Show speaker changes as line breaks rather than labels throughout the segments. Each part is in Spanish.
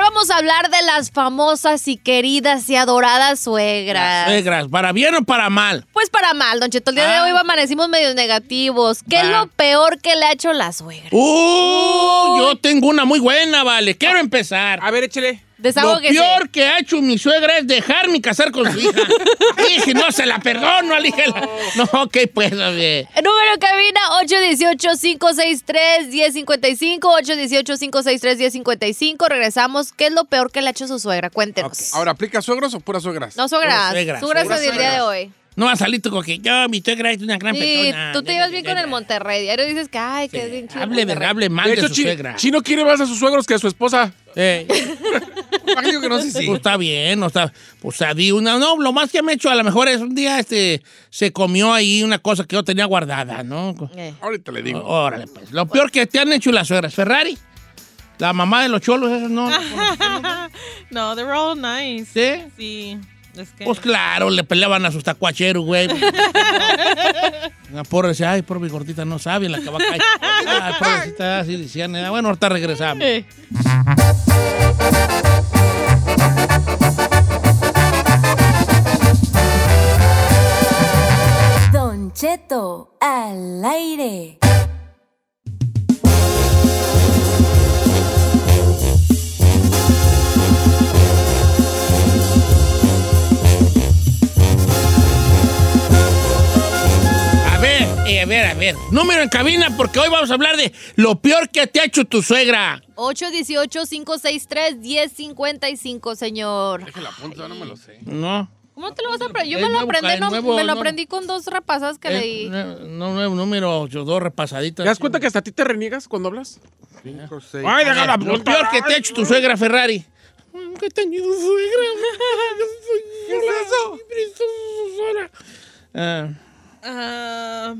vamos a hablar de las famosas y queridas y adoradas suegras.
Suegras, ¿para bien o para mal?
Pues para mal, Don Cheto. El día
Ay.
de hoy amanecimos medio negativos. ¿Qué es
Va.
lo peor que le ha hecho la suegra?
¡Uh! Yo tengo una muy buena, vale. Quiero empezar.
A ver, échele.
Lo
Desahógese.
peor que ha hecho mi suegra es dejarme casar con su hija. Dije, no se la perdono, alíjela. No, ok, pues, a ver.
Número en cabina 818-563-1055, 818-563-1055. Regresamos. ¿Qué es lo peor que le ha hecho su suegra? Cuéntenos.
Ahora, ¿aplica suegros o puras suegras?
No, suegras.
Puras suegras,
Suegras, suegras
puras
del día de
suegras.
hoy.
No va a salir tu coque. Yo, mi suegra es una gran
Sí,
persona.
tú te llevas bien con el Monterrey. Diario dices que, ay, que es bien chido.
Hable,
Monterrey.
verga, hable mal
de
de,
hecho,
su
Chi-
suegra.
Chino quiere más a sus suegros que a su esposa.
Eh,
Ah, digo que no sé si.
pues, está bien, no está. Pues sea, di una. No, lo más que me ha hecho, a lo mejor es un día este, se comió ahí una cosa que yo tenía guardada, ¿no?
Eh.
Ahorita le digo.
Órale, pues. Lo peor que te han hecho las suegras. Ferrari, la mamá de los cholos, eso no.
No, they're all nice.
¿Sí?
Sí. Es que.
Pues claro, le peleaban a sus tacuacheros, güey. La pobre decía, ay, pobre gordita, no sabe la que va a caer. Ay, pobrecita, así decían. eh, Bueno, ahorita regresamos.
Eh.
Don Cheto, al aire.
A ver, eh, a ver, a ver. Número en cabina, porque hoy vamos a hablar de lo peor que te ha hecho tu suegra.
818-563-1055, señor.
Déjela apunto, no me lo sé.
No.
¿Cómo te lo vas a aprender? Yo
Es
me lo
nuevo,
aprendí,
cae
no-
nuevo,
me lo
no.
aprendí con dos rapazas que
Eh,
leí.
No, no, no, número yo, dos repasaditas.
¿Te das cuenta que hasta a ti te reniegas cuando hablas?
Ay, déjala, lo peor que te ha hecho tu suegra, Ferrari. Nunca he tenido suegra. ¿Qué es
Ah,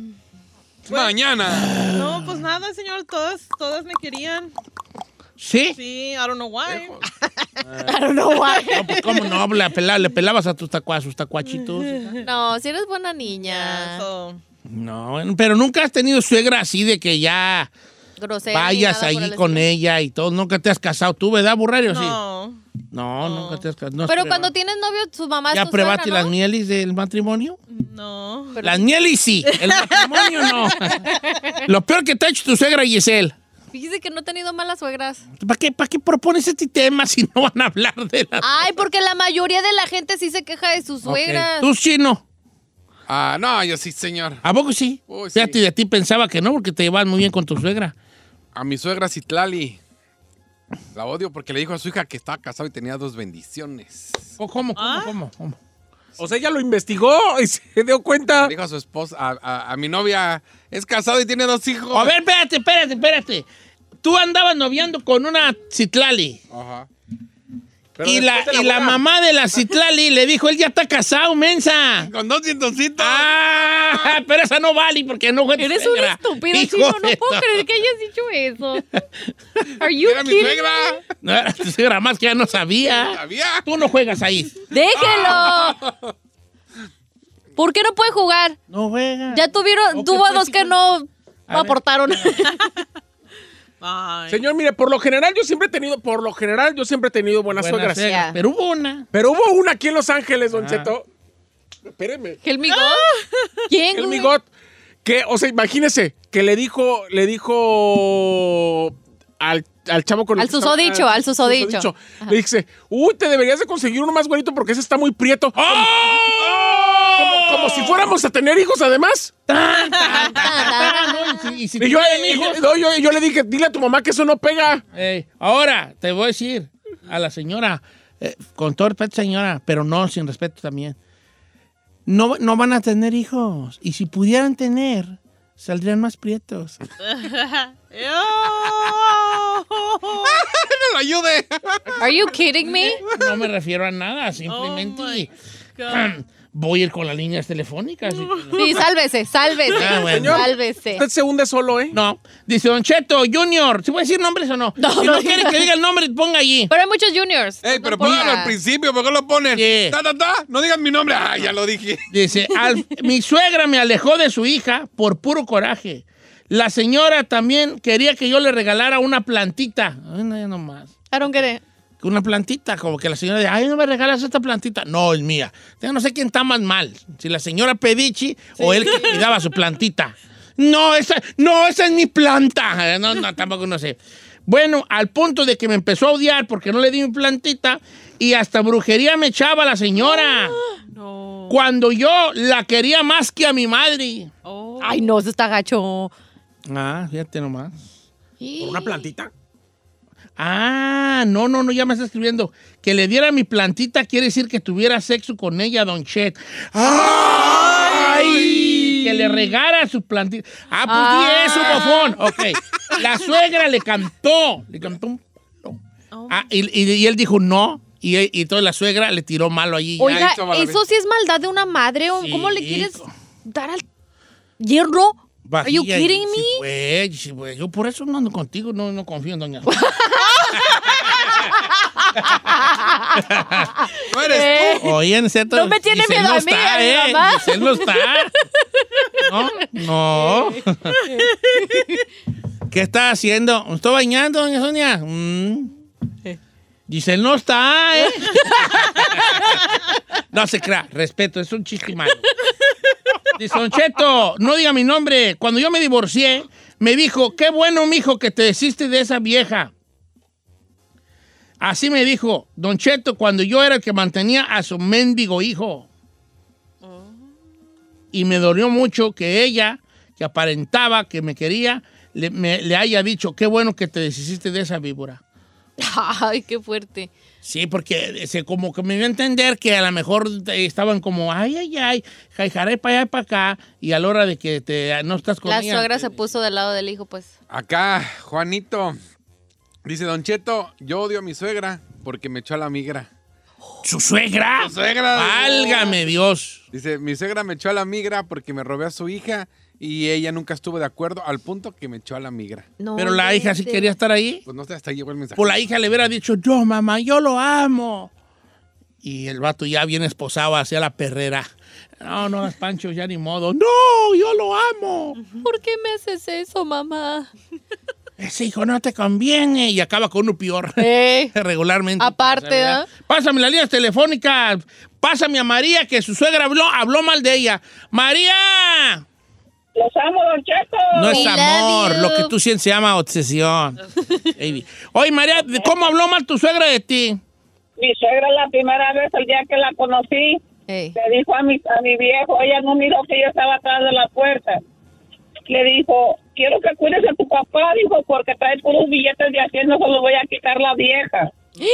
Mañana.
no, pues nada, señor. Todas, todas me querían.
¿Sí?
Sí, I don't know why.
I don't know why.
No, pues cómo no, le, pela- le pelabas a tus tacua- a sus tacuachitos.
No, si eres buena niña.
Yeah, Ah, so,
No, pero nunca has tenido suegra así de que ya
grosera. ni
vayas
nada por
allí
el
con
estilo.
ella y todo. Nunca te has casado tú, ¿verdad, burrario? Ah, Sí.
no.
No, nunca te has casado. No has
Pero
probado.
cuando tienes novio, sus mamás.
¿Ya probaste las mielis del matrimonio?
No.
Pero-
las mielis sí, el matrimonio no. Lo peor que te ha hecho tu suegra, Giselle.
Fíjese que no he tenido malas suegras.
¿Para qué, ¿Para qué propones este tema si no van a hablar de la
Ay, porque la mayoría de la gente sí se queja de sus
Ok.
suegras.
Tú chino.
Ah, no, yo sí, señor.
¿A poco sí?
Uy, sí.
Fíjate, de ti pensaba que no, porque te llevas muy bien con tu suegra.
A mi suegra Citlali. La odio porque le dijo a su hija que estaba casado y tenía dos bendiciones.
¿Cómo, cómo,
¿Ah?
cómo, cómo?
O sea, ella lo investigó y se dio cuenta. dijo a su esposa, a, a- a mi novia, es casado y tiene dos hijos.
A ver, espérate, espérate, espérate. Tú andabas noviando con una Citlali.
Ajá.
Y la, y la mamá de la Citlali le dijo, él ya está casado, mensa.
Con dos dientositos.
Ah, pero esa no vale porque no fue tu
Eres un
suegra.
estúpido,
Hijo
chino. No
de
puedo
to-
creer que hayas dicho eso. Are you
Era mi
kidding?
suegra.
No era tu suegra, más que ya no sabía.
Sabía.
Tú no juegas ahí. Ah.
¡Déjelo! ¿Por qué no puede jugar?
No juegas.
Ya tuvieron,
Ok,
tuvo
pues,
dos
sí,
que
pues.
no
A ver.
aportaron.
Ay.
Señor, mire, por lo general yo siempre he tenido, por lo general yo siempre he tenido buenas, suegras.
Ya.
Pero hubo una.
Pero hubo una aquí en Los Ángeles, Don Cheto. Espéreme.
¿El migot? ¿Quién?
El
güey?
migot. Que, o sea, imagínese que le dijo, le dijo al, al chavo con el
Al
que estaba-
susodicho, al susodicho.
Le dice, uy, te deberías de conseguir uno más güerito porque ese está muy prieto. ¡Oh! Como, como si fuéramos a tener hijos además.
Tan, tan, tan, tan, ¿no? Y si- y si
Y yo,
tienen
eh,
hijos-
no, yo- yo le dije, dile a tu mamá que eso no pega.
Ey, ahora, te voy a decir a la señora, eh, con todo respeto, señora, pero no sin respeto también. No, no van a tener hijos. Y si pudieran tener, saldrían más prietos.
Ew.
No lo ayude.
Are you kidding me?
No me refiero a nada,
Oh
simplemente
God.
voy a ir con las líneas telefónicas. y con la-
Sí, sálvese, sálvese.
Ah, bueno.
Señor.
Sálvese.
Usted se hunde solo, ¿eh?
No, dice Don Cheto, Junior, ¿se puede decir nombres o no?
No,
si
no
no quiere que diga el nombre, ponga allí.
Pero hay muchos juniors.
Ey,
No
pero
importa.
pónganlo al principio, ¿por qué lo ponen?
Sí.
Ta, ta, ta. No digan mi nombre. Ah, ya lo dije.
Dice, "Al- mi suegra me alejó de su hija por puro coraje. La señora también quería que yo le regalara una plantita. Ay, no, ya nomás.
I don't get it.
que una plantita, como que la señora dice, ay, no me regalas esta plantita. No, es mía. Yo no sé quién está más mal, si la señora Pedici o él que cuidaba su plantita. No, esa, no, esa es mi planta. Eh, No, no, tampoco no sé. Bueno, al punto de que me empezó a odiar porque no le di mi plantita y hasta brujería me echaba la señora.
No.
Cuando yo la quería más que a mi madre.
Oh.
Ay, no, eso está gacho.
Ah, fíjate nomás.
¿Por una plantita?
Ah, no, no, no, ya me está escribiendo. Que le diera mi plantita quiere decir que tuviera sexo con ella, Don Chet. ¡Ay! Que le regara su plantita. Ah, pues di eso, bofón. Ok. La suegra le cantó. Le cantó un palo. Ah, y, y- y él dijo no. Y, y entonces la suegra le tiró malo allí. ya.
Oiga,
ahí estaba la
eso sí es maldad de una madre. o-
Sí,
¿Cómo le quieres
co-
dar al hierro? ¿Are you
Vajilla, y-
kidding
sí,
me?
güey, sí, güey. Yo por eso no ando contigo, no, no confío en doña.
No eres tú.
Oye, en cierto.
No me tiene
Giselle
miedo a mí,
está,
a mi
¿eh?
mamá.
Giselle no está. No, no. ¿Qué está haciendo? ¿Me estoy bañando, doña Sonia? Mm. Giselle no está, ¿eh? No se crea, respeto, es un chiste malo. Dice, "Don Cheto, no diga mi nombre. Cuando yo me divorcié, me dijo, qué bueno, mijo, que te deshiciste de esa vieja. Así me dijo Don Cheto cuando yo era el que mantenía a su mendigo hijo. Y me dolió mucho que ella, que aparentaba que me quería, le, me- le haya dicho, qué bueno que te deshiciste de esa víbora.
Ay, qué fuerte.
Sí, porque se, como que me dio a entender que a lo mejor eh, estaban como, ay, ay, ay, jaijaré para allá y para acá, y a la hora de que te, no estás con
La
ella,
suegra
te-
se puso del lado del hijo, pues.
Acá, Juanito. Dice, Don Cheto, yo odio a mi suegra porque me echó a la migra.
¿Su suegra?
Su suegra.
Válgame Dios.
Dice, mi suegra me echó a la migra porque me robé a su hija y ella nunca estuvo de acuerdo al punto que me echó a la migra.
No,
Pero la hija sí
vete.
quería estar ahí.
Pues no sé, hasta ahí llegó el mensaje.
Por la hija le hubiera dicho, yo mamá, yo lo amo. Y el vato ya bien esposado hacia la perrera. No, no, las Pancho, ya ni modo. No, yo lo amo.
¿Por qué me haces eso, mamá?
Ese hijo no te conviene. Y acaba con un peor.
Eh,
Regularmente.
Aparte,
pasa, ¿verdad? Pásame las líneas telefónicas. Pásame a María, que su suegra habló, habló mal de ella. ¡María!
Los amo, Don Cheto.
No
I
es
love
amor,
you.
lo que tú sientes se llama obsesión. Baby. Oye, María, ¿cómo habló mal tu suegra de ti?
Mi suegra la primera vez el día que la conocí
eh.
le dijo a mi a mi viejo, ella no miró que yo estaba atrás de la puerta. Le dijo, quiero que cuides a tu papá, dijo, porque traes puros billetes de haciendo, se los voy a quitar la vieja.
¡Ah!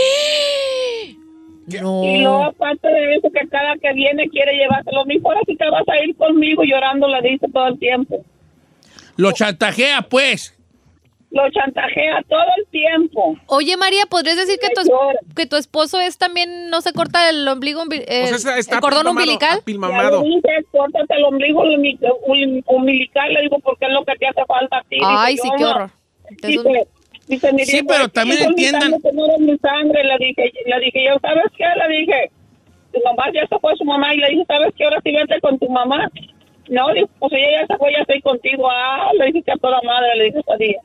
Oh.
Y luego
No.
aparte de eso, que cada que viene quiere llevárselo. Mi ahora si te vas a ir conmigo llorando, le dice todo el tiempo.
Lo chantajea, pues.
Lo chantajea todo el tiempo.
Oye, María, ¿podrías decir que tu, es-
Llora.
que tu esposo es también no se corta el ombligo, umbi- eh,
O sea, está
el cordón
apilmamado,
umbilical?
Ya
apilmamado.
le dije, córtate el ombligo umi- umi- umbilical, le digo, porque es lo que te hace falta a ti.
Ay,
Dice,
sí,
yo
qué
no.
horror. Te es un-
Dice, dice, mi
Sí,
viejo,
pero
"Aquí
también
con mi
entiendan-
sangre, que no era mi sangre, le dije, le dije, yo, ¿sabes qué? Le dije, tu mamá ya se fue su mamá y le dije, ¿sabes qué? Ahora sí vete con tu mamá. No, dijo, pues ella ya se fue, ya estoy contigo. Ah, le dije que a toda madre, le dije ese día.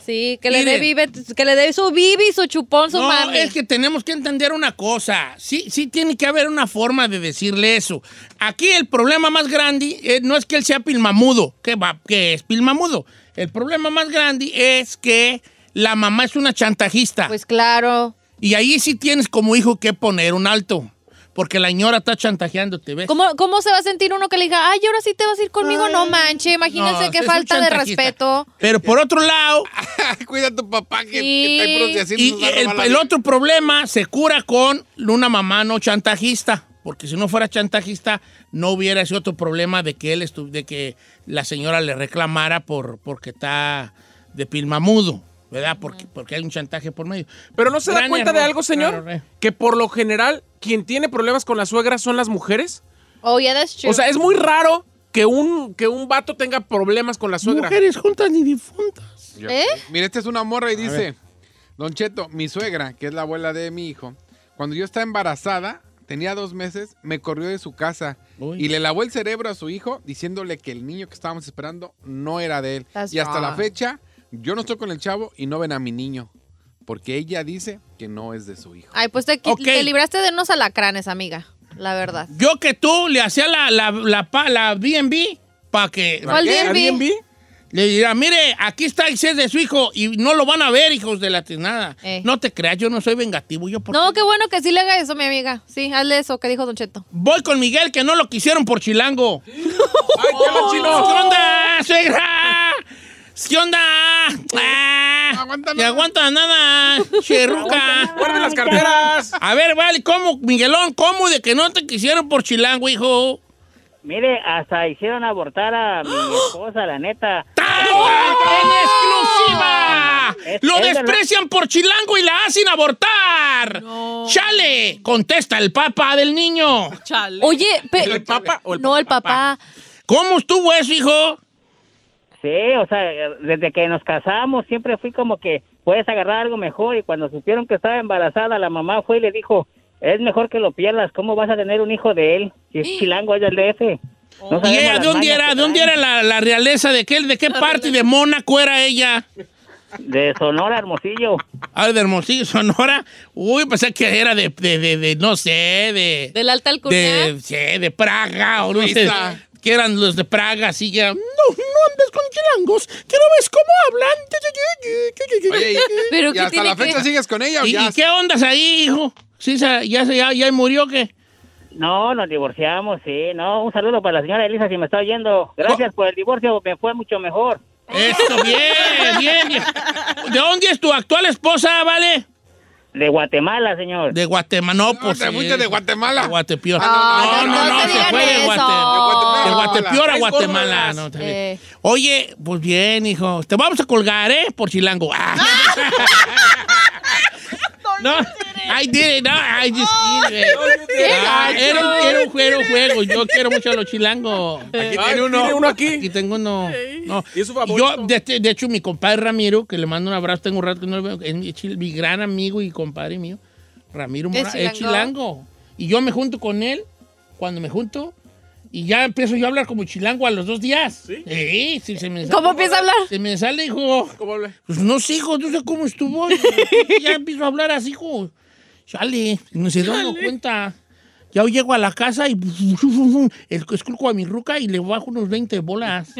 Sí, que le
Miren.
dé vive, que le dé su bibi, su chupón, su
No,
mami.
es que tenemos que entender una cosa. Sí, sí tiene que haber una forma de decirle eso. Aquí el problema más grande eh, no es que él sea pilmamudo, que, va, que es pilmamudo. El problema más grande es que la mamá es una chantajista.
Pues claro.
y ahí sí tienes como hijo que poner un alto. Porque la señora está chantajeándote, ¿ves?
¿Cómo, ¿Cómo se va a sentir uno que le diga, ay, ahora sí te vas a ir conmigo? no manche, imagínense
No,
qué
es un
falta de
chantajista.
respeto.
Pero por otro lado,
Cuida a tu papá que,
Sí.
que trae puros de así,
y
nos va a robar
el,
la
el
vida.
otro problema se cura con una mamá no chantajista. Porque si no fuera chantajista, no hubiera ese otro problema de que él estu- de que la señora le reclamara por porque está de pilmamudo, ¿verdad? Porque, porque hay un chantaje por medio.
Pero no se da
Gran
cuenta de
error, eh.
algo,
gran
señor,
eh.
error.
que por lo general quien tiene problemas con la suegra son las mujeres.
Oh, yeah, that's true.
O sea, es muy raro que un que un vato tenga problemas con la suegra.
Mujeres juntas ni difuntas.
Yo-
¿Eh?
Mira, esta es una morra y dice, Don Cheto, mi suegra, que es la abuela de mi hijo, cuando yo estaba embarazada, tenía dos meses, me corrió de su casa
Uy.
y le lavó el cerebro a su hijo diciéndole que el niño que estábamos esperando no era de él.
That's
y hasta la
wrong.
fecha, yo no estoy con el chavo y no ven a mi niño. porque ella dice que no es de su hijo.
Ah,
Ay, pues te, qui-
Ok.
te libraste de unos alacranes, amiga. La verdad.
Yo que tú le hacía la, la, la, pa- la BNB para que
¿Cuál
qué?
DNB?
¿Alguien vi?
le diga, mire, aquí está el de su hijo y no lo van a ver, hijos de la tiznada.
Eh.
No te creas, yo no soy vengativo. Yo por
No, qué bueno que sí le haga eso, mi amiga. Sí, hazle eso que dijo Don Cheto.
Voy con Miguel, que no lo quisieron por chilango.
¡Ay, te lo chino!
¿Qué onda, suegra? ¿Qué onda? Ah,
aguanta
Te
nada.
aguanta nada, cherruca.
¡Guarden las carteras!
A ver, vale, ¿cómo, Miguelón? ¿Cómo de que no te quisieron por chilango, hijo?
Mire, hasta hicieron abortar a mi
¡Ah!
esposa, la neta.
¡Tan, ¡En exclusiva!
Es-
¡Lo
es verdad.
desprecian por chilango y la hacen abortar! ¡Chale! Contesta el papá del niño.
Chale.
Oye, pe-
¿El papá o el
no, el papá.
¿Cómo estuvo eso, hijo?
Sí, o sea, desde que nos casamos siempre fui como que puedes agarrar algo mejor y cuando supieron que estaba embarazada, la mamá fue y le dijo, es mejor que lo pierdas, ¿cómo vas a tener un hijo de él? Si es chilango, es del DF.
¿Y
No sabemos
ella,
las
de dónde
mañas
era?
que
¿De dónde
traen.
era la, la realeza? ¿De qué, de qué parte de Mónaco era ella?
De Sonora, Hermosillo.
Ah, de Hermosillo, Sonora. Uy, pensé que era de, de, de, de, no sé, de...
Del alta alcurnia.
de, sí, de Praga o no sé.
Suiza.
Que eran los de Praga, así ya. No, no andes con chilangos. Quiero ver cómo hablan.
Oye, y,
Pero
y
¿qué
hasta
tiene
la
que-
fecha sigues con ella o
¿Y,
ya?
y qué ondas ahí, hijo? Sí, sa- ya, se- ya, ya murió, ¿qué?
No, nos divorciamos, sí. No, un saludo para la señora Elisa si me está oyendo. Gracias por el divorcio, me fue mucho mejor.
Esto, bien, bien. bien. ¿De dónde es tu actual esposa, vale?
De Guatemala, señor.
De Guatemala. No,
No,
pues.
te
sí.
fuiste de Guatemala.
De Guatepeor.
Ah,
no, no, no,
te
se
digan
fue de
eso.
Guate- De Guatepeor a
Traes gorro,
Guatemala.
¿verdad?
No, está bien.
Eh.
Oye, pues bien, hijo. Te vamos a colgar, ¿eh? Por chilango. Ah. no, I did it. No, I just did it. Ah, era, un- era un juego, juego. Yo quiero mucho a los chilangos.
Aquí
Ay,
tiene uno.
tiene
Aquí
aquí.
tengo uno. No.
¿Y es su favorito?
Yo, de, este- de hecho, mi compadre Ramiro, que le mando un abrazo, tengo un rato que no lo veo, es mi, chil- mi gran amigo y compadre mío, Ramiro
¿Es
Mora, es
chilango?
chilango. Y yo me junto con él, cuando me junto, y ya empiezo yo a hablar como chilango a los dos días. Sí, sí, se me sale.
¿Cómo empieza a hablar?
Se me sale, hijo.
¿Cómo habla?
Pues no sé, hijo, no sé cómo estuvo. ya empiezo a hablar así, hijo. Chale, no se dan cuenta. Ya hoy llego a la casa y el esculco a mi ruca y le bajo unos 20 bolas.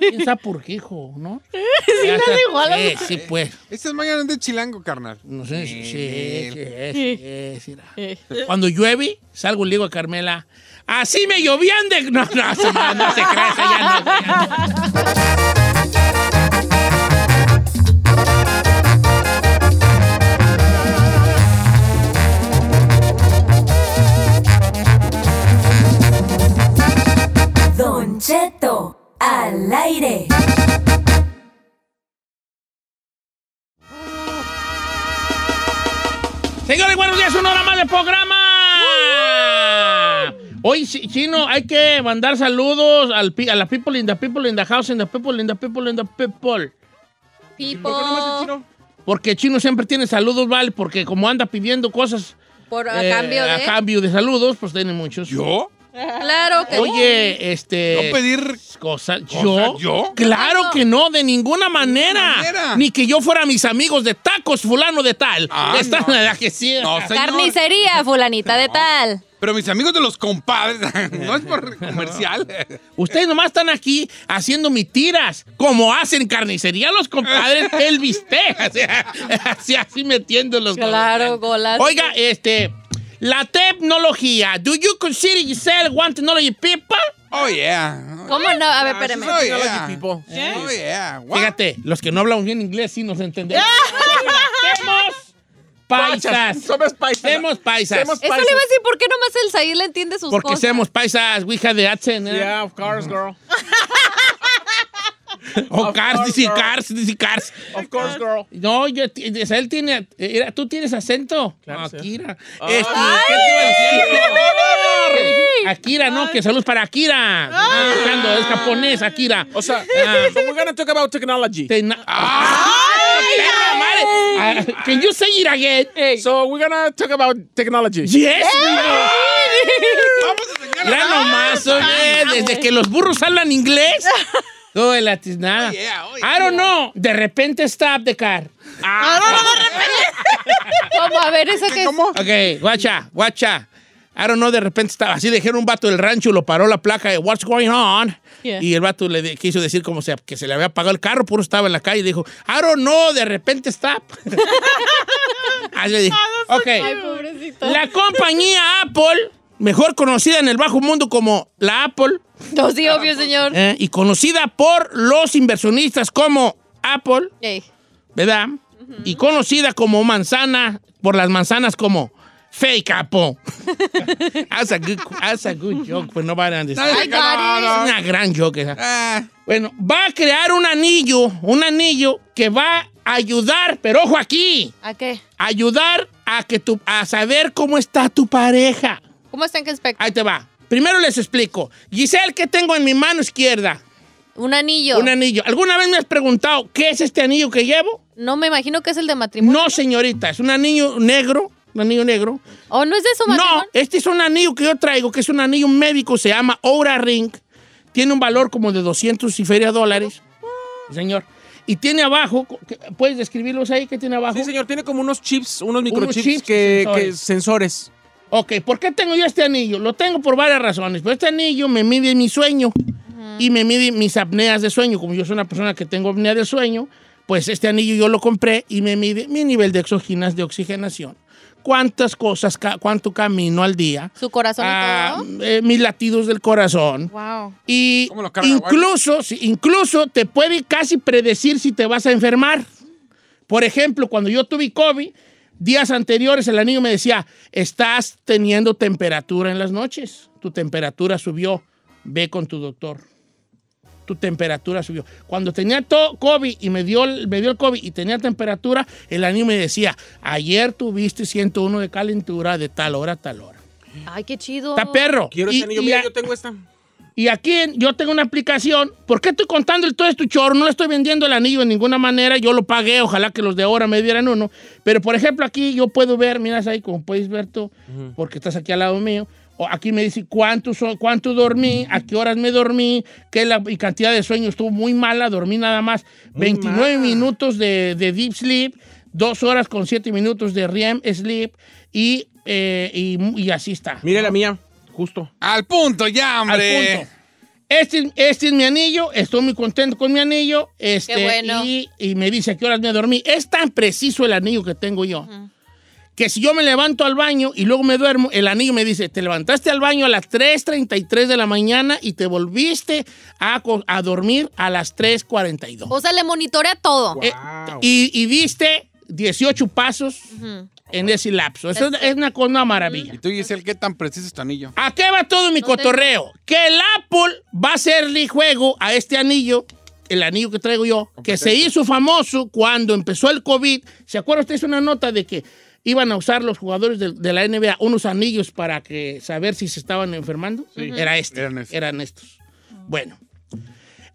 Piensa por qué, hijo, ¿no? Sí,
igual a
Sí, sí, pues.
Estas mañanas Este de chilango, carnal.
No sé, sí, sí,
Bien.
sí, sí, sí, era. Cuando llueve, salgo y le digo a Carmela, así me llovían de... No, no, se- no, no se creas, ya no, ya no.
Don Cheto al aire.
Señores, buenos días, una hora más de programa. Hoy, chi- Chino, hay que mandar saludos al, pi- a la people in the people in the house, in the people in the people in the people.
¿Por qué no más el
People.
chino?
Porque Chino siempre tiene saludos, ¿vale? Porque como anda pidiendo cosas
Por a
eh,
cambio
a
de.
cambio de saludos, pues tiene muchos.
¿Yo?
Claro que
Oye, este...
¿No pedir
Cosa,
¿Cosa
¿Yo?
yo?
Claro
No.
que no, de ninguna manera.
manera.
Ni que yo fuera mis amigos de tacos, fulano de tal.
Ah,
Esta
no.
la que sí.
No,
sí.
señor.
Carnicería, fulanita de tal.
Pero mis amigos de los compadres, no es por comercial.
Ustedes nomás están aquí haciendo mis tiras, como hacen carnicería los compadres el bistec. O sea, así, así metiéndolos.
Claro,
golas.
golazo.
Oiga, este, la tecnología. ¿Do you consider yourself one technology people?
Oh, yeah.
¿Cómo no?
Ah,
A ver, espérame.
Oh, yeah.
Technology people.
Oh, yeah. What?
Fíjate, los que no hablan bien inglés sí nos entendemos. Somos paisas.
Somos paisas.
Somos paisas.
Somos
Eso le iba a decir, ¿por qué nomás el Zahir le entiende sus
Porque
cosas?
somos paisas, ouija de accent, ¿eh?
Yeah, of course, girl.
O
Of
Oh, cars,
course,
dice
girl.
cars, dice cars.
Of course, girl.
No, yo, ti- él tiene, eh, era- tú tienes acento.
Claro, sí. Ah.
Akira.
Ay.
Este, ¿qué te iba a decir? Akira, no, que saludos para Akira. Ah, escuchando, es japonés, Akira.
O sea,
Ah.
so we're gonna talk about technology.
Te na- ¡Ay, perra madre! Ah, Can you say it again?
So we're gonna talk about technology.
Yes,
Vamos a señalar.
Ya nomás, oye, ¿eh? desde que los burros hablan inglés. Todo de la tiznada.
Oh, yeah, oh,
I don't know. De repente stop the car.
Vamos a ver, esa que es.
Ok, guacha, guacha. I don't know, de repente estaba así, dejaron un vato del rancho, lo paró la placa de What's going on?
Yeah.
Y el vato le de- quiso decir como se, que se le había apagado el carro, puro estaba en la calle y dijo, I don't know, de repente está. así le dije,
Ah,
ok.
Ay, pobrecito.
La compañía Apple, mejor conocida en el bajo mundo como la Apple,
No, sí, obvio, señor.
eh, y conocida por los inversionistas como Apple,
Ey.
¿verdad? Y conocida como manzana, por las manzanas como fake apple. that's, a good, that's a good joke, but nobody understands.
I got
Es una gran joke esa.
Ah.
Bueno, va a crear un anillo, un anillo que va a ayudar, pero ojo aquí,
¿A qué?
ayudar a, que tu, a saber cómo está tu pareja.
¿Cómo están que inspecta?
Ahí te va. Primero les explico. Giselle, ¿qué tengo en mi mano izquierda?
Un anillo.
Un anillo. ¿Alguna vez me has preguntado qué es este anillo que llevo?
No me imagino que es el de matrimonio.
No, señorita, es un anillo negro, un anillo negro.
¿O no es de su
No,
matrimonio?
este es un anillo que yo traigo, que es un anillo médico, se llama Aura Ring. Tiene un valor como de 200 y feria dólares, señor. Y tiene abajo, ¿puedes describirlos ahí? ¿Qué tiene abajo?
Sí, señor, tiene como unos chips, unos microchips
chips y
que,
sensores.
que- sensores.
Ok, ¿por qué tengo yo este anillo? Lo tengo por varias razones, pero este anillo me mide mi sueño y me mide mis apneas de sueño. Como yo soy una persona que tengo apnea de sueño, pues este anillo yo lo compré y me mide mi nivel de exógenas de oxigenación. ¿Cuántas cosas, ca- cuánto camino al día?
Su corazón
Ah,
y todo.
eh, mis latidos del corazón.
Wow.
Y
¿Cómo lo carga,
incluso, sí, incluso te puede casi predecir si te vas a enfermar. Por ejemplo, cuando yo tuve COVID, días anteriores el anillo me decía, estás teniendo temperatura en las noches, tu temperatura subió, ve con tu doctor. Tu temperatura subió. Cuando tenía to- COVID y me dio, el- me dio el COVID y tenía temperatura, el anillo me decía, ayer tuviste 101 de calentura de tal hora a tal hora.
Ay, qué chido.
Está perro.
Quiero
Y-
ese anillo.
y
Mira,
a-
yo tengo esta.
y aquí en- yo tengo una aplicación. ¿Por qué estoy contando el- todo esto chorro? No le estoy vendiendo el anillo de ninguna manera. Yo lo pagué. Ojalá que los de ahora me dieran uno. Pero, por ejemplo, aquí yo puedo ver, miras ahí, como puedes ver tú, porque estás aquí al lado mío. O aquí me dice cuánto, so- cuánto dormí, a qué horas me dormí, qué la y cantidad de sueño estuvo muy mala. Dormí nada más 29 minutos de, de deep sleep, 2 horas con 7 minutos de REM sleep y, eh, y- y así está.
Mire la mía, justo.
Al punto, ya, hombre.
Al punto. Este, es- este es mi anillo, estoy muy contento con mi anillo. Este,
Qué bueno.
y, y me dice a qué horas me dormí. Es tan preciso el anillo que tengo yo que si yo me levanto al baño y luego me duermo, el anillo me dice: Te levantaste al baño a las 3:33 de la mañana y te volviste a, co- a dormir a las 3:42.
O sea, le monitorea todo.
Eh, y, y diste 18 pasos en ese lapso. Eso es, es una cosa maravilla.
Y tú, Giselle, ¿qué tan preciso es tu anillo?
¿A qué va todo mi cotorreo? Que el Apple va a hacerle juego a este anillo, el anillo que traigo yo, que se hizo famoso cuando empezó el COVID. ¿Se acuerda usted? Es una nota de que iban a usar los jugadores de, de la NBA unos anillos para que saber si se estaban enfermando. Era este.
Eran estos.
Eran estos. Bueno.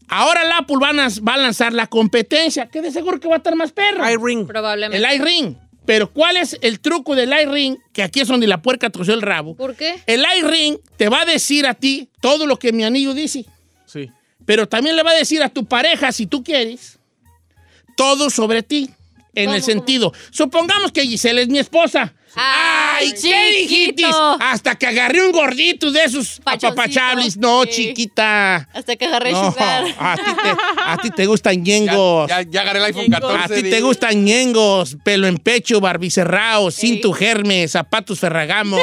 Ahora el Apple van a- va a lanzar la competencia, que de seguro que va a estar más perro.
iRing.
Probablemente.
El iRing. Pero ¿cuál es el truco del iRing? Que aquí es donde la puerca torció el rabo.
¿Por qué?
El iRing te va a decir a ti todo lo que mi anillo dice,
Sí.
pero también le va a decir a tu pareja, si tú quieres, todo sobre ti. En el sentido, supongamos que Giselle es mi esposa.
Ay,
¡Ay, qué dijitis!
chiquito.
Pachoncito. Hasta que agarré un gordito de esos
Pachoncito,
apapachables. No,
sí.
chiquita.
Hasta que agarré
No,
sugar.
a ti te, a ti te gustan
Ya,
yengos.
ya, ya agarré el iPhone 14.
A ti
di-
te gustan ñengos, pelo en pecho, barbicerrao, cinto germe, zapatos ferragamo,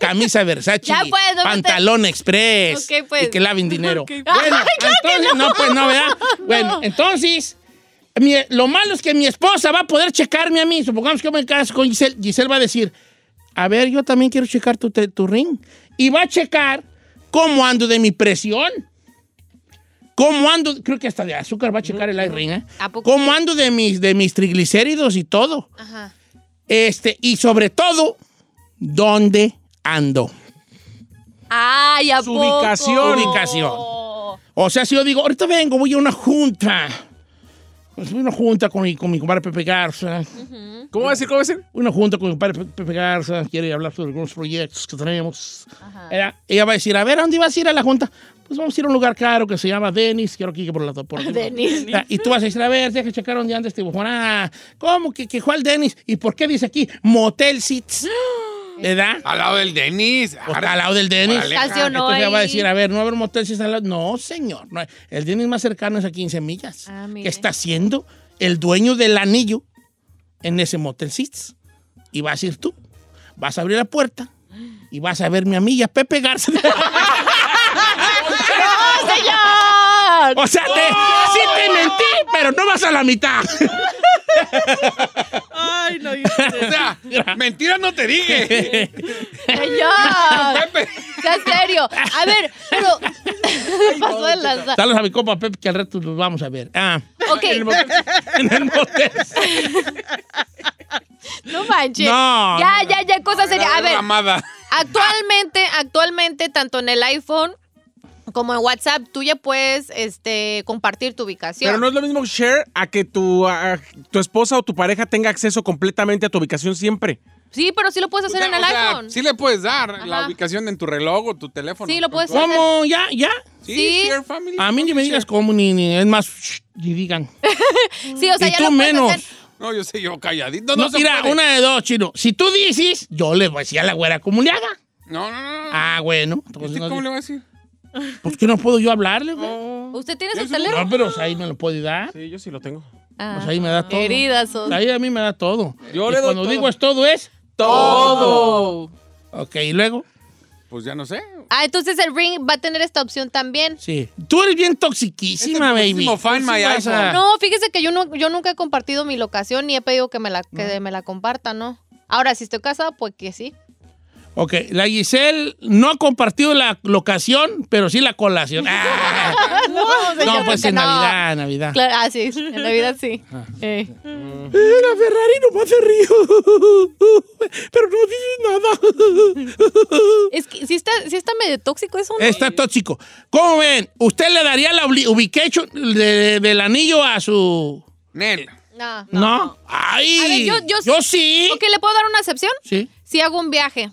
camisa Versace,
Ya, pues, no me
pantalón express.
Ok, pues.
Y que laven dinero.
Ok, pues.
Bueno,
Ay, claro que
entonces, no. pues no, ¿verdad? Bueno, entonces, mi- lo malo es que mi esposa va a poder checarme a mí. Supongamos que yo me caso con Giselle. Giselle va a decir, a ver, yo también quiero checar tu, te- tu ring. Y va a checar cómo ando de mi presión. ¿Cómo ando? Creo que hasta de azúcar va a checar el iRing, ¿eh?
¿A poco?
¿Cómo ando de mis, de mis triglicéridos y todo?
Ajá.
Este, y sobre todo, ¿dónde ando?
Ay, ¿a
Su
poco?
ubicación.
Ubicación. O sea, si yo digo, ahorita vengo, voy a una junta. pues, una junta con mi, con mi compadre Pepe Garza.
¿Cómo va a decir? ¿Cómo va a decir?
Una junta con mi compadre Pepe Garza. Quiere hablar sobre algunos proyectos que tenemos. Era- ella va a decir, a ver, ¿a dónde vas a ir a la junta? Pues vamos a ir a un lugar caro que se llama Denis. Quiero que por la por
Denis.
Ah, Y tú vas a decir, a ver, deja checar dónde anda este bujón. Ah, ¿cómo que, que cuál Denis? ¿Y por qué dice aquí Motel Seats? ¿Verdad?
Al lado del Denis.
Pues, al lado del Denis.
Órale.
Estacionó
Ah, Entonces ella va a
ahí.
decir, a ver, no habrá un motel si está al lado. No, señor. no hay. El Denis más cercano es a 15 millas.
Ah, mire.
que está haciendo el dueño del anillo en ese motel Seats. Y vas a ir tú. Vas a abrir la puerta y vas a verme a mí y a Pepe Garza.
¡No, ¡Ah, señor!
o sea, te- sí te mentí, pero no vas a la mitad.
Ay, no.
O sea, mentiras no te dije.
¡Señor! ¡Sea serio! A ver, pero... Pasó de lanza.
Saludos a mi compa Pepe que al reto nos vamos a ver. Ah,
Ok,
en el motel.
no manches.
No,
Ya, ya, ya, cosa seria. A ver,
Mamada.
Actualmente, actualmente, tanto en el iPhone como en WhatsApp, tú ya puedes este, compartir tu ubicación.
Pero no es lo mismo share a que tu, a- tu esposa o tu pareja tenga acceso completamente a tu ubicación siempre.
Sí, pero sí lo puedes hacer en el
O sea,
iPhone.
Sí le puedes dar la
Ajá.
ubicación en tu reloj o tu teléfono.
Sí, lo puedes
Con tu-
hacer.
¿Cómo? ¿Ya? ¿Ya?
Sí,
Sí.
share family.
A mí ni me digas cómo, ni, ni- es más, shh, ni digan.
Sí, o sea,
y
ya
tú
lo puedes
menos.
hacer.
No, yo sé, yo calladito. No,
No,
se
mira,
puede.
una de dos, chino. Si tú dices, yo le voy a decir a la güera cómo le haga.
No, no, no. no.
Ah, bueno.
¿Y
Entonces,
usted
no,
cómo Oh. le va a decir?
¿Por qué no puedo yo hablarle, güey?
¿Usted tiene su
No,
teléfono?
pero o sea, ahí me lo puede dar.
Sí, yo sí lo tengo.
Ah,
Pues ahí me da todo.
Querida, sos-
Ahí a mí me da todo.
Yo
Y
le doy
cuando
todo.
digo es todo, es.
Todo.
Ok, y luego.
Pues ya no sé.
Ah, entonces el Ring va a tener esta opción también.
Sí. Tú eres bien toxiquísima,
Este
baby.
próximo fan,
Tú sí
my
vas a-
No, fíjese que yo, no, yo nunca he compartido mi locación ni he pedido que me la, que me la compartan, ¿no? Ahora, si estoy casada, pues que sí.
Ok, la Giselle no ha compartido la locación, pero sí la colación. Ah.
no,
no,
señor,
pues
que
en
no.
Navidad, Navidad.
Claro, ah, sí, en Navidad sí.
Ah.
Eh.
La Ferrari no más se río, pero no dice nada.
Es que sí está, sí está medio tóxico eso, ¿no?
Está tóxico. ¿Cómo ven? ¿Usted le daría la obli- ubication de- del anillo a su...
Nel.
No.
No?
A ver,
¡Ay!
yo- yo-
sí.
Ok, ¿le puedo dar una excepción?
Sí.
Si hago un viaje.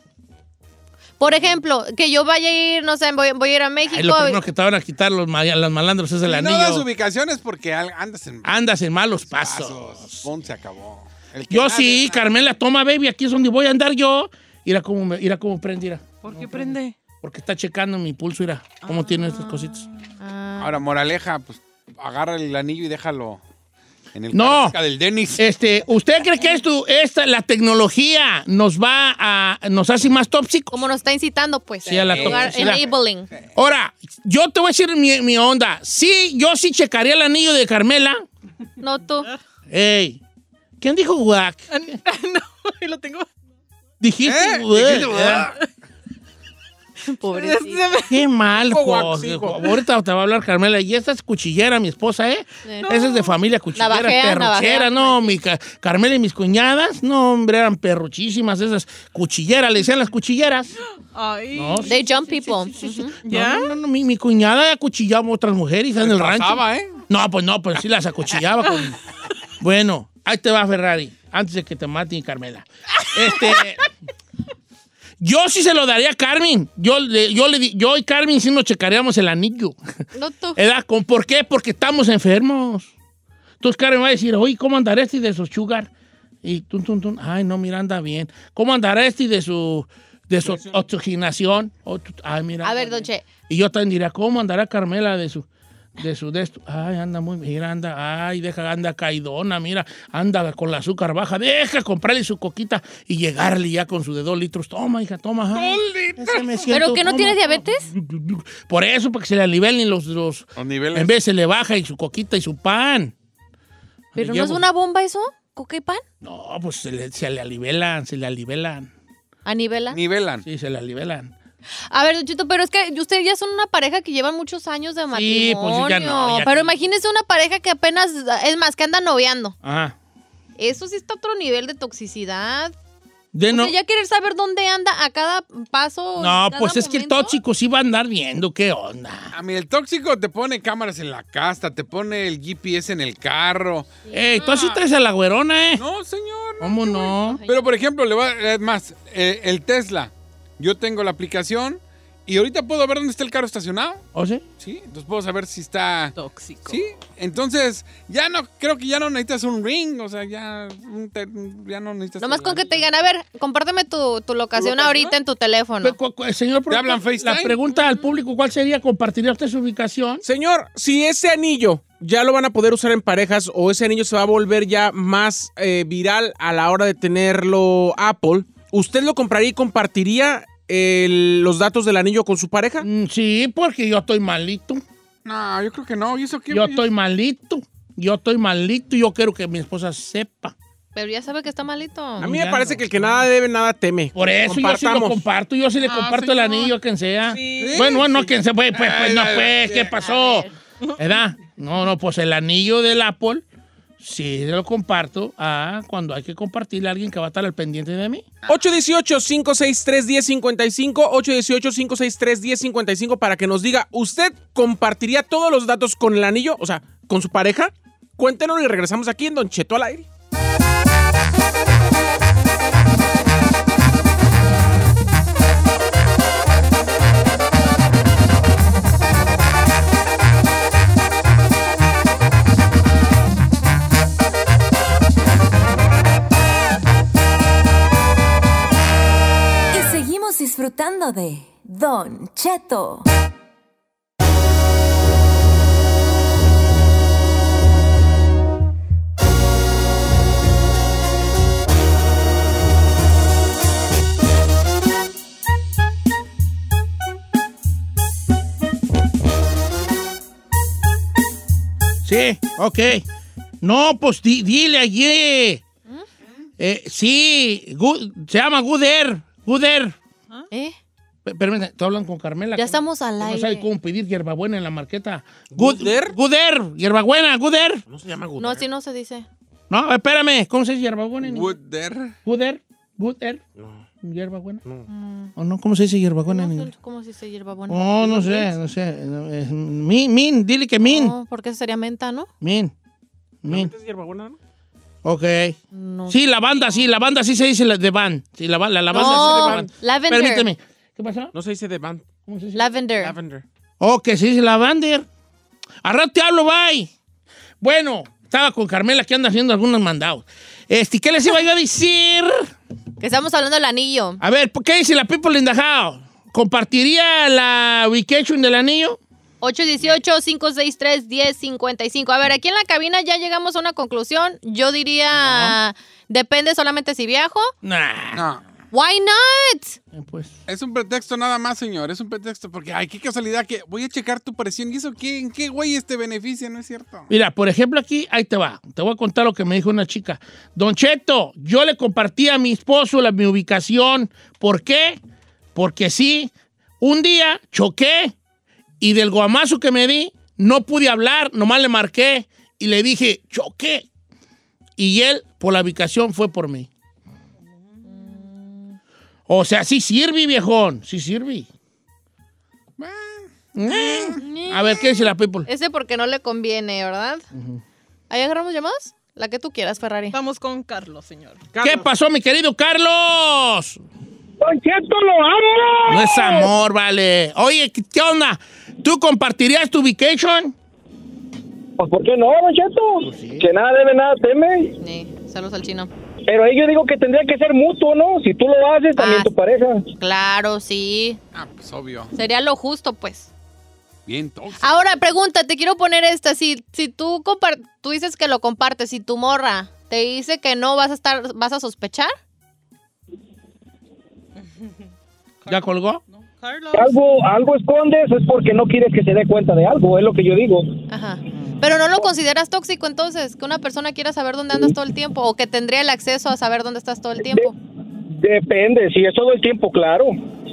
Por ejemplo, que yo vaya a ir, no sé, voy, voy a ir a México.
Ay, lo primero que te van a quitar los, ma- los malandros es el
Si no das
anillo.
ubicaciones porque al- andas en
Andas en malos pasos.
pasos. Pon, se acabó. El que
Yo
nadie-
sí, Carmela, toma, baby, aquí es donde voy a andar yo. Mira cómo, me, mira cómo prende, mira.
¿Por qué prende?
Porque está checando mi pulso, mira. Cómo tiene estas cositas.
Ahora, moraleja, pues agarra el anillo y déjalo en el
No.
cerca del ¿Eh? Denis.
Este, ¿usted cree que esto, esta, la tecnología nos va a, nos hace más tóxicos?
Como nos está incitando, pues.
Sí, a la
Jugar
toxicidad.
Enabling.
Ahora, yo te voy a decir mi, mi onda. Sí, yo sí checaría el anillo de Carmela.
No tú.
Ey, ¿quién dijo guac?
no, lo tengo.
Dijiste
¿Eh?
guac,
Dijiste,
¿verdad?
Pobrecito.
Qué mal,
Dijo guac,
cos-
sí, hijo.
Ahorita te va a hablar Carmela. Y esta es cuchillera, mi esposa, ¿eh?
Sí.
Esa es de familia cuchillera,
Navajea,
perruchera.
navajea.
No, mi Ca- Carmela y mis cuñadas, no, hombre, eran perruchísimas esas cuchilleras. Le decían las cuchilleras.
Ay.
No,
They jump people. Ujú.
¿Ya?
No, no, no, mi, mi cuñada acuchillaba a otras mujeres en el rancho.
Pasaba, ¿eh?
No, pues no, pues sí las acuchillaba. con- Bueno, ahí te va Ferrari, antes de que te maten, Carmela. Este, yo sí se lo daría a Carmen. Yo, le- yo, le, di- yo y Carmen sí nos checaríamos el anillo.
No tú.
¿Edad? ¿Con, ¿Por qué? Porque estamos enfermos. Entonces Carmen va a decir, oye, ¿cómo andará este de su sugar? Y tun, tun, tun. Ay, no, mira, anda bien. ¿Cómo andará este de su, de su oxigenación? Otu- Ay, mira.
A
anda
ver,
bien.
Donche.
Y yo también diría, ¿cómo andará Carmela de su de su de esto? Ay, anda muy, mira, anda, ay, deja, anda caidona, mira, anda con la azúcar baja, deja comprarle su coquita y llegarle ya con su de dos litros. Toma, hija, toma. ay, ese me siento,
¿Pero que no
toma,
tiene
toma.
diabetes?
Por eso, para que se le nivelen los, los
Los niveles.
en vez se le baja y su coquita y su pan.
¿Pero
Ya,
no es
pues,
una bomba eso? ¿Coca y pan?
No, pues se le, se le alibelan, se le alibelan.
¿Anivela?
Nivelan.
Sí, se le alibelan.
A ver, Chito, pero es que ustedes ya son una pareja que llevan muchos años de matrimonio.
Sí, pues, ya no, ya-
pero imagínense una pareja que apenas, es más, que anda noviando.
Ajá.
Eso sí está a otro nivel de toxicidad.
De no,
O sea, ya querer saber dónde anda a cada paso.
no
cada
pues es que el
momento.
tóxico sí va a andar viendo qué onda.
A mí Ah, el tóxico te pone cámaras en la casa, te pone el GPS en el carro.
Ey, tú así
Ah.
traes a la güerona, ¿eh?
No, señor. no.
¿Cómo no?
Pero, por ejemplo, le va, es más, eh, el Tesla. Yo tengo la aplicación y ahorita puedo ver dónde está el carro estacionado.
¿O sí?
Sí, entonces puedo saber si está...
Tóxico.
Sí, entonces ya no, creo que ya no necesitas un ring, o sea, ya, un te- ya no necesitas...
Nomás
el
con que te
anillo.
digan, a ver, compárteme tu, tu locación
¿Tu
ahorita en tu teléfono.
Cu- cu- cu- Señor,
¿Te hablan
la
FaceTime?
pregunta al público, ¿cuál sería? ¿Compartiría usted su ubicación?
Señor, si ese anillo ya lo van a poder usar en parejas o ese anillo se va a volver ya más eh, viral a la hora de tenerlo Apple, ¿usted lo compraría y compartiría el- los datos del anillo con su pareja?
Mm, sí, porque yo estoy malito.
No, yo creo que no, ¿y eso qué?
Yo
güey?
estoy malito. Yo estoy malito y yo quiero que mi esposa sepa.
Pero ya sabe que está malito.
A mí
Ya
me parece
no.
que el que nada debe, nada teme.
Por eso yo sí lo
Compartamos.
comparto, yo sí le
Ah,
comparto el
señor.
anillo a quien sea.
Sí.
Bueno, no a quien sea, pues, pues, pues,
Ay,
no,
ay,
pues,
ay.
¿qué pasó? ¿Verdad? No, no, pues el anillo del Apple, sí se lo comparto a cuando hay que compartirle a alguien que va a estar al pendiente de mí.
818-563-1055, 818-563-1055 para que nos diga, ¿usted compartiría todos los datos con el anillo? O sea, con su pareja. Cuéntenos y regresamos aquí en Don Cheto al aire.
Y seguimos disfrutando de Don Cheto.
Sí, ok. No, pues di- dile allí.
¿Mm?
Eh, sí, Gu- se llama Guder, Guder.
¿Eh?
Permítame, te hablan con Carmela.
Ya
que no-
estamos al
que No
aire.
sabe cómo pedir hierbabuena en la marqueta.
¿Guder?
Guder, hierbabuena, Guder.
No se llama
No, así no se dice.
No, espérame, ¿cómo se dice hierbabuena? en inglés?
Would there?
Guder, Guder. ¿Hierbabuena? ¿O no? ¿Cómo se dice hierbabuena en
No
inglés?
sé ¿Cómo se dice hierbabuena?
No, no sé, no sé. no, es Min, min, dile que min.
No, porque eso sería menta, ¿no?
Min, min. Ok.
No.
Sí, la banda, sí, la banda sí se dice la- de van. Sí, la, ba- la, la banda
No,
sí se dice de van.
lavender.
Permíteme. ¿Qué pasó?
No se dice de van.
¿Cómo se dice?
Lavender.
Lavender.
Oh, que se dice Lavander. A rato te hablo, bye. Bueno, estaba con Carmela que anda haciendo algunos mandados. Este, ¿qué les iba yo a decir?
Que estamos hablando del anillo.
A ver, ¿por ¿qué dice la people in the house? ¿Compartiría la vacation del anillo?
818-563-1055. A ver, aquí en la cabina ya llegamos a una conclusión. Yo diría, depende solamente si viajo.
Nah.
No,
Why not?
Eh, Pues,
es un pretexto nada más, señor, es un pretexto, porque, ay, qué casualidad que voy a checar tu presión, ¿y eso qué? ¿En qué güey este beneficia, no es cierto?
mira, por ejemplo aquí, ahí te va. Te voy a contar lo que me dijo una chica. Don Cheto, yo le compartí a mi esposo la, mi ubicación. ¿Por qué? Porque sí, un día choqué y del guamazo que me di, no pude hablar, nomás le marqué y le dije, choqué. Y él, por la ubicación, fue por mí. O sea, sí sirve, viejón, sí sirve. Eh. A ver, ¿qué dice la people?
Ese porque no le conviene, ¿verdad? Ahí agarramos llamadas. La que tú quieras, Ferrari.
Vamos con Carlos, señor.
¿Qué pasó, mi querido Carlos?
Don Cheto, lo amo.
No es amor, vale. Oye, ¿qué qué onda? ¿Tú compartirías tu vacation?
Pues, ¿por qué no, Don Cheto?
Pues
Que nada debe, nada teme.
Sí, saludos al chino.
Pero ahí yo digo que tendría que ser mutuo, ¿no? Si tú lo haces, también
Ah.
tu pareja.
Claro, sí.
Ah, pues obvio,
Sería lo justo, pues.
bien tóxico.
Ahora, pregunta, te quiero poner esta. Si, si tú, compar- tú dices que lo compartes y tu morra te dice que no, ¿vas a estar, vas a sospechar?
¿Ya colgó?
Carlos.
Algo, algo escondes es porque no quieres que se dé cuenta de algo, es lo que yo digo.
Ajá. Pero no lo consideras tóxico entonces, que una persona quiera saber dónde andas todo el tiempo o que tendría el acceso a saber dónde estás todo el tiempo.
Depende, si es todo el tiempo, claro.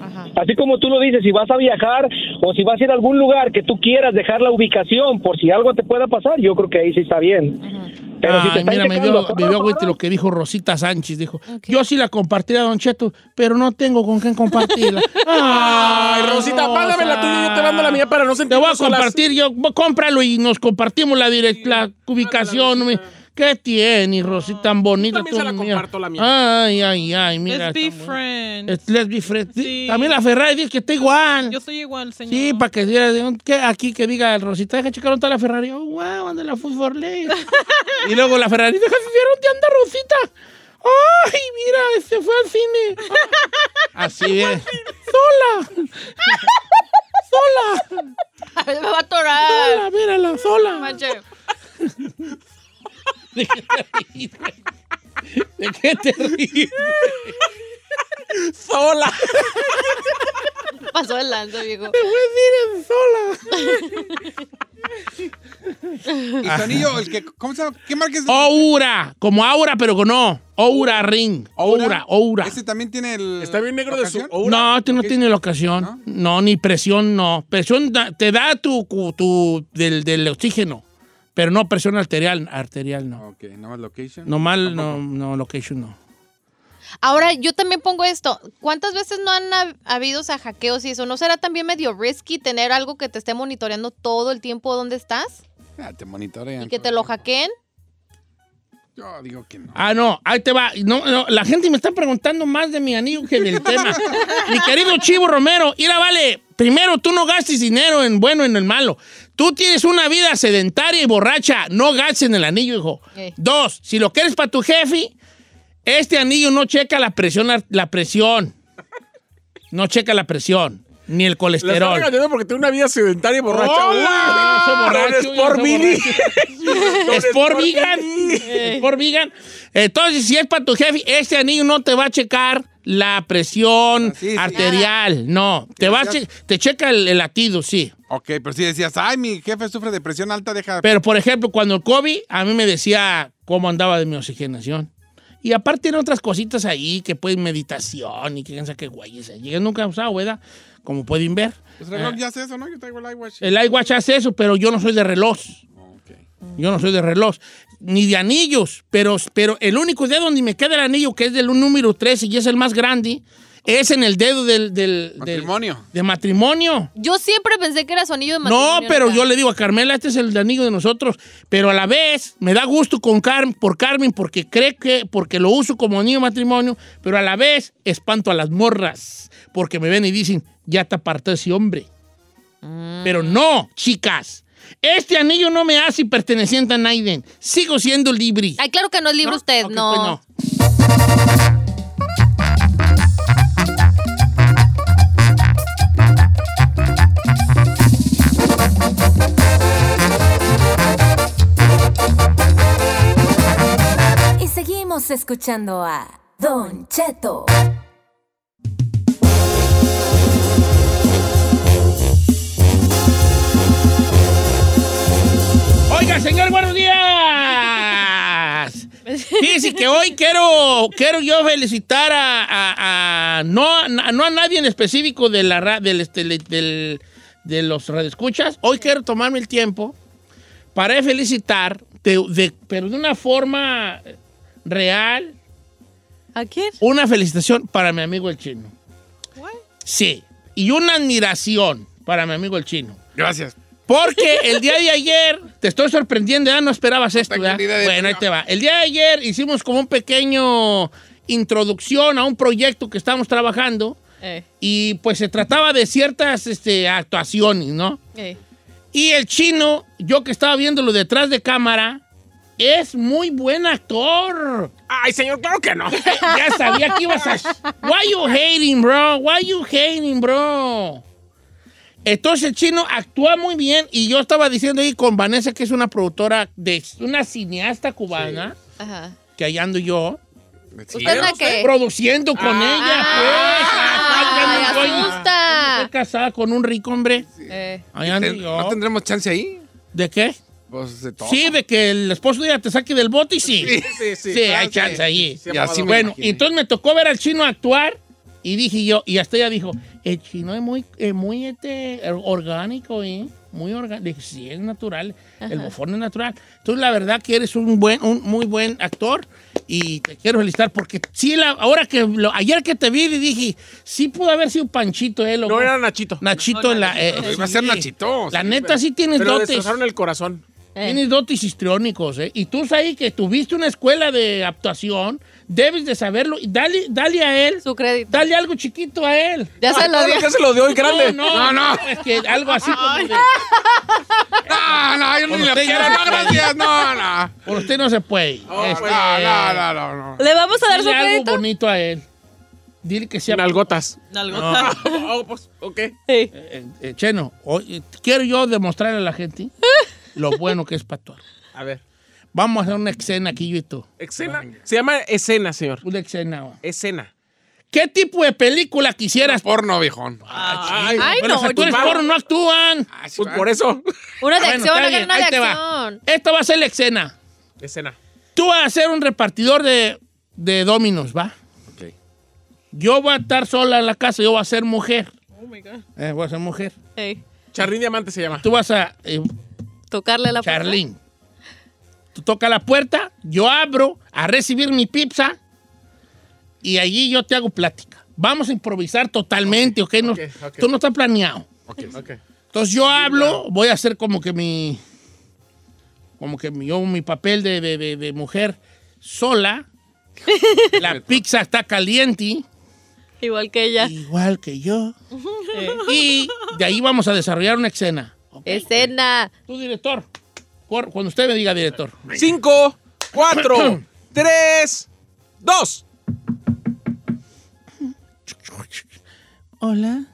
Ajá.
Así como tú lo dices, si vas a viajar o si vas a ir a algún lugar que tú quieras dejar la ubicación por si algo te pueda pasar, yo creo que ahí sí está bien.
Pero si te
Ay,
están
mira, me
checando
dio,
todo,
me dio agüite
cabrón.
lo que dijo Rosita Sánchez. Dijo, yo sí la compartiría a Don Cheto, pero no tengo con quién compartirla.
Ay, Rosita, págame la tuya y yo te mando la mía para no
Te voy a
sentirnos solas.
compartir, yo bo- cómpralo y nos compartimos la, direc- la ubicación. mi- ¿Qué tiene, Rosita, tan bonita?
también se la
tú,
comparto, la mía.
Ay, ay, ay, mira. Este-
Let's be
está bueno.
friends.
Es- Let's be friends. Sí,
Sí.
También la Ferrari dice que está igual.
Yo soy igual, señor.
Sí, para que diera de un- que aquí que diga el Rosita, deja checar dónde está la Ferrari. Oh, wow, anda la Fútbol League. y luego la Ferrari, deja ver dónde anda Rosita. Ay, mira, se fue al cine.
Así es.
Sola. sola.
Me va a
Ah.
atorar.
Sola, mírala, sola.
Manche.
¿De qué te ríes? ¿De qué te ríes?
Sola.
Pasó el lanzo, viejo.
Te voy a decir, es sola.
Y su anillo, el que, ¿cómo se llama? ¿Qué marca es?
Oura, como Aura, pero con no. Oura Ring. Oura, Oura.
Este también tiene el...
Está bien negro de su.
ocasión?
aura.
No, tú no tiene la ocasión. ¿No? ni presión, no. Presión da- te da tu, cu- tu del, del oxígeno, pero no presión arterial, arterial no.
Ok, nomás location.
No mal, no, no, location no.
Ahora, yo también pongo esto. ¿Cuántas veces no han hab- habido o sea, hackeos y eso? ¿No será también medio risky tener algo que te esté monitoreando todo el tiempo dónde estás?
Ah, te monitorean.
Y que
todo
te
el
lo
tiempo.
hackeen.
Yo digo que no.
Ah, no, ahí te va. No, no, la gente me está preguntando más de mi anillo que del tema. mi querido Chivo Romero, mira, vale, primero tú no gastes dinero en bueno y en el malo. Tú tienes una vida sedentaria y borracha, no gastes en el anillo, hijo.
Ey.
Dos, si lo quieres para tu jefe, este anillo no checa la presión, ar- la presión. No checa la presión, ni el
La están
colesterol.
regañando porque tiene una vida sedentaria y borracha.
Hola, yo soy borracho,
Es
yo
por
soy
mini.
Es por vegan. Es por vegan. Entonces, si es para tu jefe, este anillo no te va a checar la presión
Así, sí.
arterial. No. Te, va a che- te checa el, el latido, sí.
Ok, pero si decías, ay, mi jefe sufre de presión alta, deja...
Pero, por ejemplo, cuando el COVID, a mí me decía cómo andaba de mi oxigenación. Y aparte tiene otras cositas ahí, que pues meditación y que piensa que güeyes. ahí. Yo nunca he usado, ¿verdad? Como pueden ver.
Pues reloj
Eh.
ya hace eso, ¿no? Yo traigo el iWatch.
El iWatch hace eso, pero yo no soy de reloj.
Ok.
Yo no soy de reloj, ni de anillos, pero, pero el único dedo donde me queda el anillo, que es del número 13 y es el más grande, es en el dedo del... del- del-
Matrimonio.
de matrimonio.
Yo siempre pensé que era su anillo de
No,
matrimonio.
pero
neta.
yo le digo a Carmela, este es el anillo de nosotros, pero a la vez me da gusto con Carmen, por Carmen porque cree que, porque lo uso como anillo de matrimonio, pero a la vez espanto a las morras, porque me ven y dicen, ya te apartó ese hombre.
Mm.
Pero no, chicas, este anillo no me hace perteneciente a Naiden, sigo siendo libre.
Ay, claro que no es libre usted,
Ok,
no.
pues no.
Y seguimos escuchando a Don Cheto.
Oiga, señor, buenos días. Dice que hoy quiero, quiero yo felicitar a, a- a- no, a na- no a nadie en específico de, la, ra- del, este, le- del- de los radioescuchas. Hoy quiero tomarme el tiempo para felicitar, de- de- pero de una forma real,
¿A quién?
una felicitación para mi amigo el chino.
What?
Sí, y una admiración para mi amigo el chino.
Gracias.
Porque el día de ayer, te estoy sorprendiendo, ya no esperabas esto,
tengo
¿verdad?
ni idea de
Bueno,
qué
ahí te va. El día de ayer hicimos como un pequeño introducción a un proyecto que estamos trabajando
Eh,
y pues se trataba de ciertas este, actuaciones, ¿no?
eh.
Y el chino, yo que estaba viéndolo detrás de cámara, es muy buen actor.
Ay, señor, claro que no.
ya sabía que ibas a... Why you hating, bro? Why you hating, bro? Entonces el chino actúa muy bien y yo estaba diciendo ahí con Vanessa, que es una productora de una cineasta cubana,
Ajá.
que allá ando yo,
¿Usted es la que? Ah,
produciendo con
Ah,
ella, pues.
Ay,
Ah, ya me voy. Estoy
asusta.
casada con un rico hombre.
eh.
Allá ando yo.
¿No tendremos chance ahí?
¿De qué?
Pues de todo.
Sí, de que el esposo de ella te saque del bote y sí.
Sí, sí, sí.
Sí,
ah,
hay chance ahí.
Y así me
Bueno,
imaginé.
entonces me tocó ver al chino actuar y dije yo, y hasta ella dijo, el chino es muy, es muy este, orgánico, ¿eh? muy orgánico. Dije, sí, es natural. El bofón es natural. Tú, la verdad, que eres un buen, un muy buen actor y te quiero felicitar porque sí, la, ahora que, lo- ayer que te vi, y dije, sí pudo haber sido Panchito, eh,
No
loco.
era Nachito.
Nachito en la. eh,
Iba a ser
sí.
Nachito,
La
sí,
neta,
pero-
sí tienes
Pero
dotes.
destrozaron el corazón.
Eh.
Tienes dotes histriónicos, ¿eh? Y tú, ahí que tuviste una escuela de actuación, debes de saberlo. Y dale, dale a él.
Su crédito.
Dale algo chiquito a él.
Ya se lo
Ah,
dio.
¿qué se lo dio el grande?
No, no, no. Es que algo así como de,
No, no, yo
Con
ni lo
usted ya
quiero,
se
no, gracias, no, no.
por usted no se puede. Este,
No, no, no, no, no.
¿Le vamos a dar su
Dile algo
crédito?
bonito a él. Dile que sea...
Sin algotas.
Nalgota.
Oh, pues, ok.
Sí.
Eh, eh, Cheno, hoy, eh, quiero yo demostrarle a la gente lo bueno que es Pastor.
A ver.
Vamos a hacer una escena aquí, yo y tú.
Escena. Se llama escena, señor.
Una escena.
Escena.
¿Qué tipo de película quisieras?
Porno, viejón.
Ay,
Ay,
Bueno,
no,
los actores
oye.
porno no actúan.
Ah, sí,
Pues
va.
por eso.
Una de
Ah, Bueno,
acción,
está
hagan
bien,
una de
ahí te va.
acción.
Esta va a ser la escena.
Escena.
Tú vas a ser un repartidor de, de dominos, ¿va?
Ok.
Yo voy a estar sola en la casa, yo voy a ser mujer.
Oh my God.
Eh, voy a ser mujer.
Ey,
Charrín Diamante se llama.
Tú vas a. eh,
Tocarle la puerta.
Charlín. Tú toca la puerta, yo abro a recibir mi pizza y allí yo te hago plática. Vamos a improvisar totalmente, ¿ok? No-
ok, ok.
Tú no estás planeado.
Ok.
Entonces yo hablo, voy a hacer como que mi. Como que mi- yo mi papel de, de- de- de mujer sola. La pizza está caliente,
Igual que ella.
igual que yo.
Eh,
Y de ahí vamos a desarrollar una escena. ¿ok?
Escena.
Tú, director. cor- Cuando usted me diga director.
Cinco, cuatro, tres, dos.
Hola.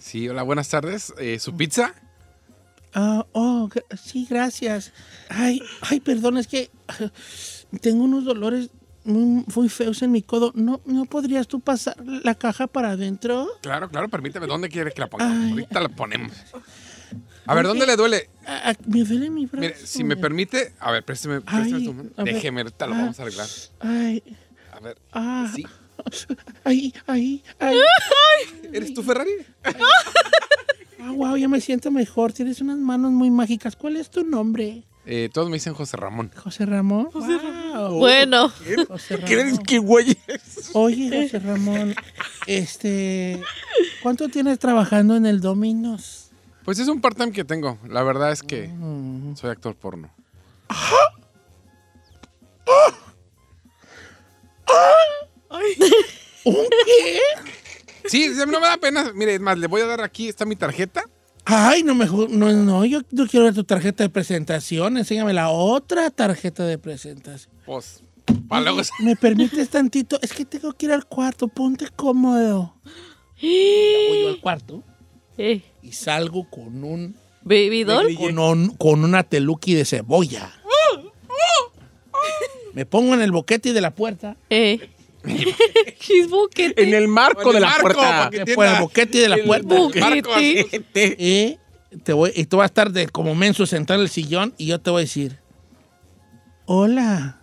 Sí, hola, buenas tardes. Eh, ¿Su pizza?
Ah, oh, gra- sí, gracias. Ay, ay, perdón, es que tengo unos dolores muy, muy feos en mi codo. ¿No, ¿No podrías tú pasar la caja para adentro?
Claro, claro, permíteme, ¿dónde quiere que la ponga?
Ay.
Ahorita la ponemos. A ver, ¿dónde le duele?
Ah, ah, me duele mi brazo.
Mire, si me permite, a ver, présteme,
Ay,
présteme tu mano.
a ver.
Déjeme, ahorita lo
Ah.
vamos a arreglar.
Ay,
A ver,
ah.
sí.
Ay, ay, ay.
¿Eres tú, Ferrari?
Ah, wow, ya me siento mejor. Tienes unas manos muy mágicas. ¿Cuál es tu nombre?
Eh, todos me dicen José Ramón.
José Ramón. José Ramón.
bueno.
José Ramón.
¿Crees que güey?
Oye, José Ramón, este, ¿cuánto tienes trabajando en el Dominos?
Pues es un part-time que tengo. La verdad es que
Mm.
soy actor porno.
¿Un qué?
Sí, sí, a mí no me da pena. Mire, es más, le voy a dar aquí, está mi tarjeta.
Ay, no me ju- no, no, yo no quiero ver tu tarjeta de presentación, enséñame la otra tarjeta de presentación.
Pues, para luego. se-
¿Me permites tantito? Es que tengo que ir al cuarto, ponte cómodo. Ya voy yo al cuarto
Eh,
y salgo con un
Baby doll.
con, un- con una teluqui de cebolla. Me pongo en el boquete de la puerta.
Eh. His boquete.
En el marco
En el
de la
marco,
puerta.
porque-
Me
¿Qué
pongo en el
tienda?
boquete de la puerta.
Boquete.
Gente.
Y te voy, y tú vas a estar de, como menso sentado en el sillón y yo te voy a decir, hola,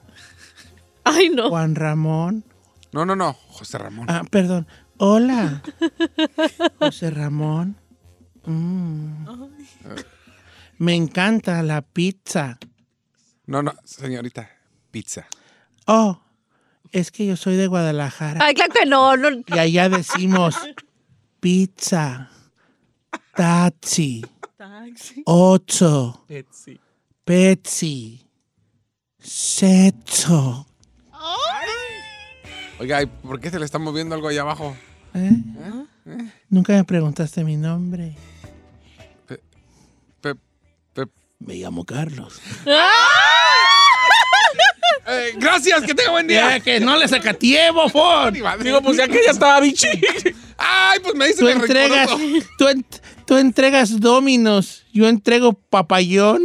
Ay, no.
Juan Ramón.
No, no, no, José Ramón.
Ah, perdón, hola, José Ramón. Mm. Me encanta la pizza.
No, no, señorita, pizza.
Oh, es que yo soy de Guadalajara.
Ay, claro que no. no.
Y allá decimos pizza, taxi, ocho,
Betsy.
Pepsi, sexo.
Oiga, ¿y por qué se le está moviendo algo allá abajo?
¿Eh? Nunca me preguntaste mi nombre.
Pe- pe-
Me llamo Carlos.
Eh, gracias, que tenga buen día.
Ya Eh, que no le sacatié, bofón.
Ni madre.
Digo, pues ya que ya estaba bichi.
Ay, pues me dice
Tú
que
entregas,
reconozco.
tú, en- tú entregas dominos, yo entrego papayón.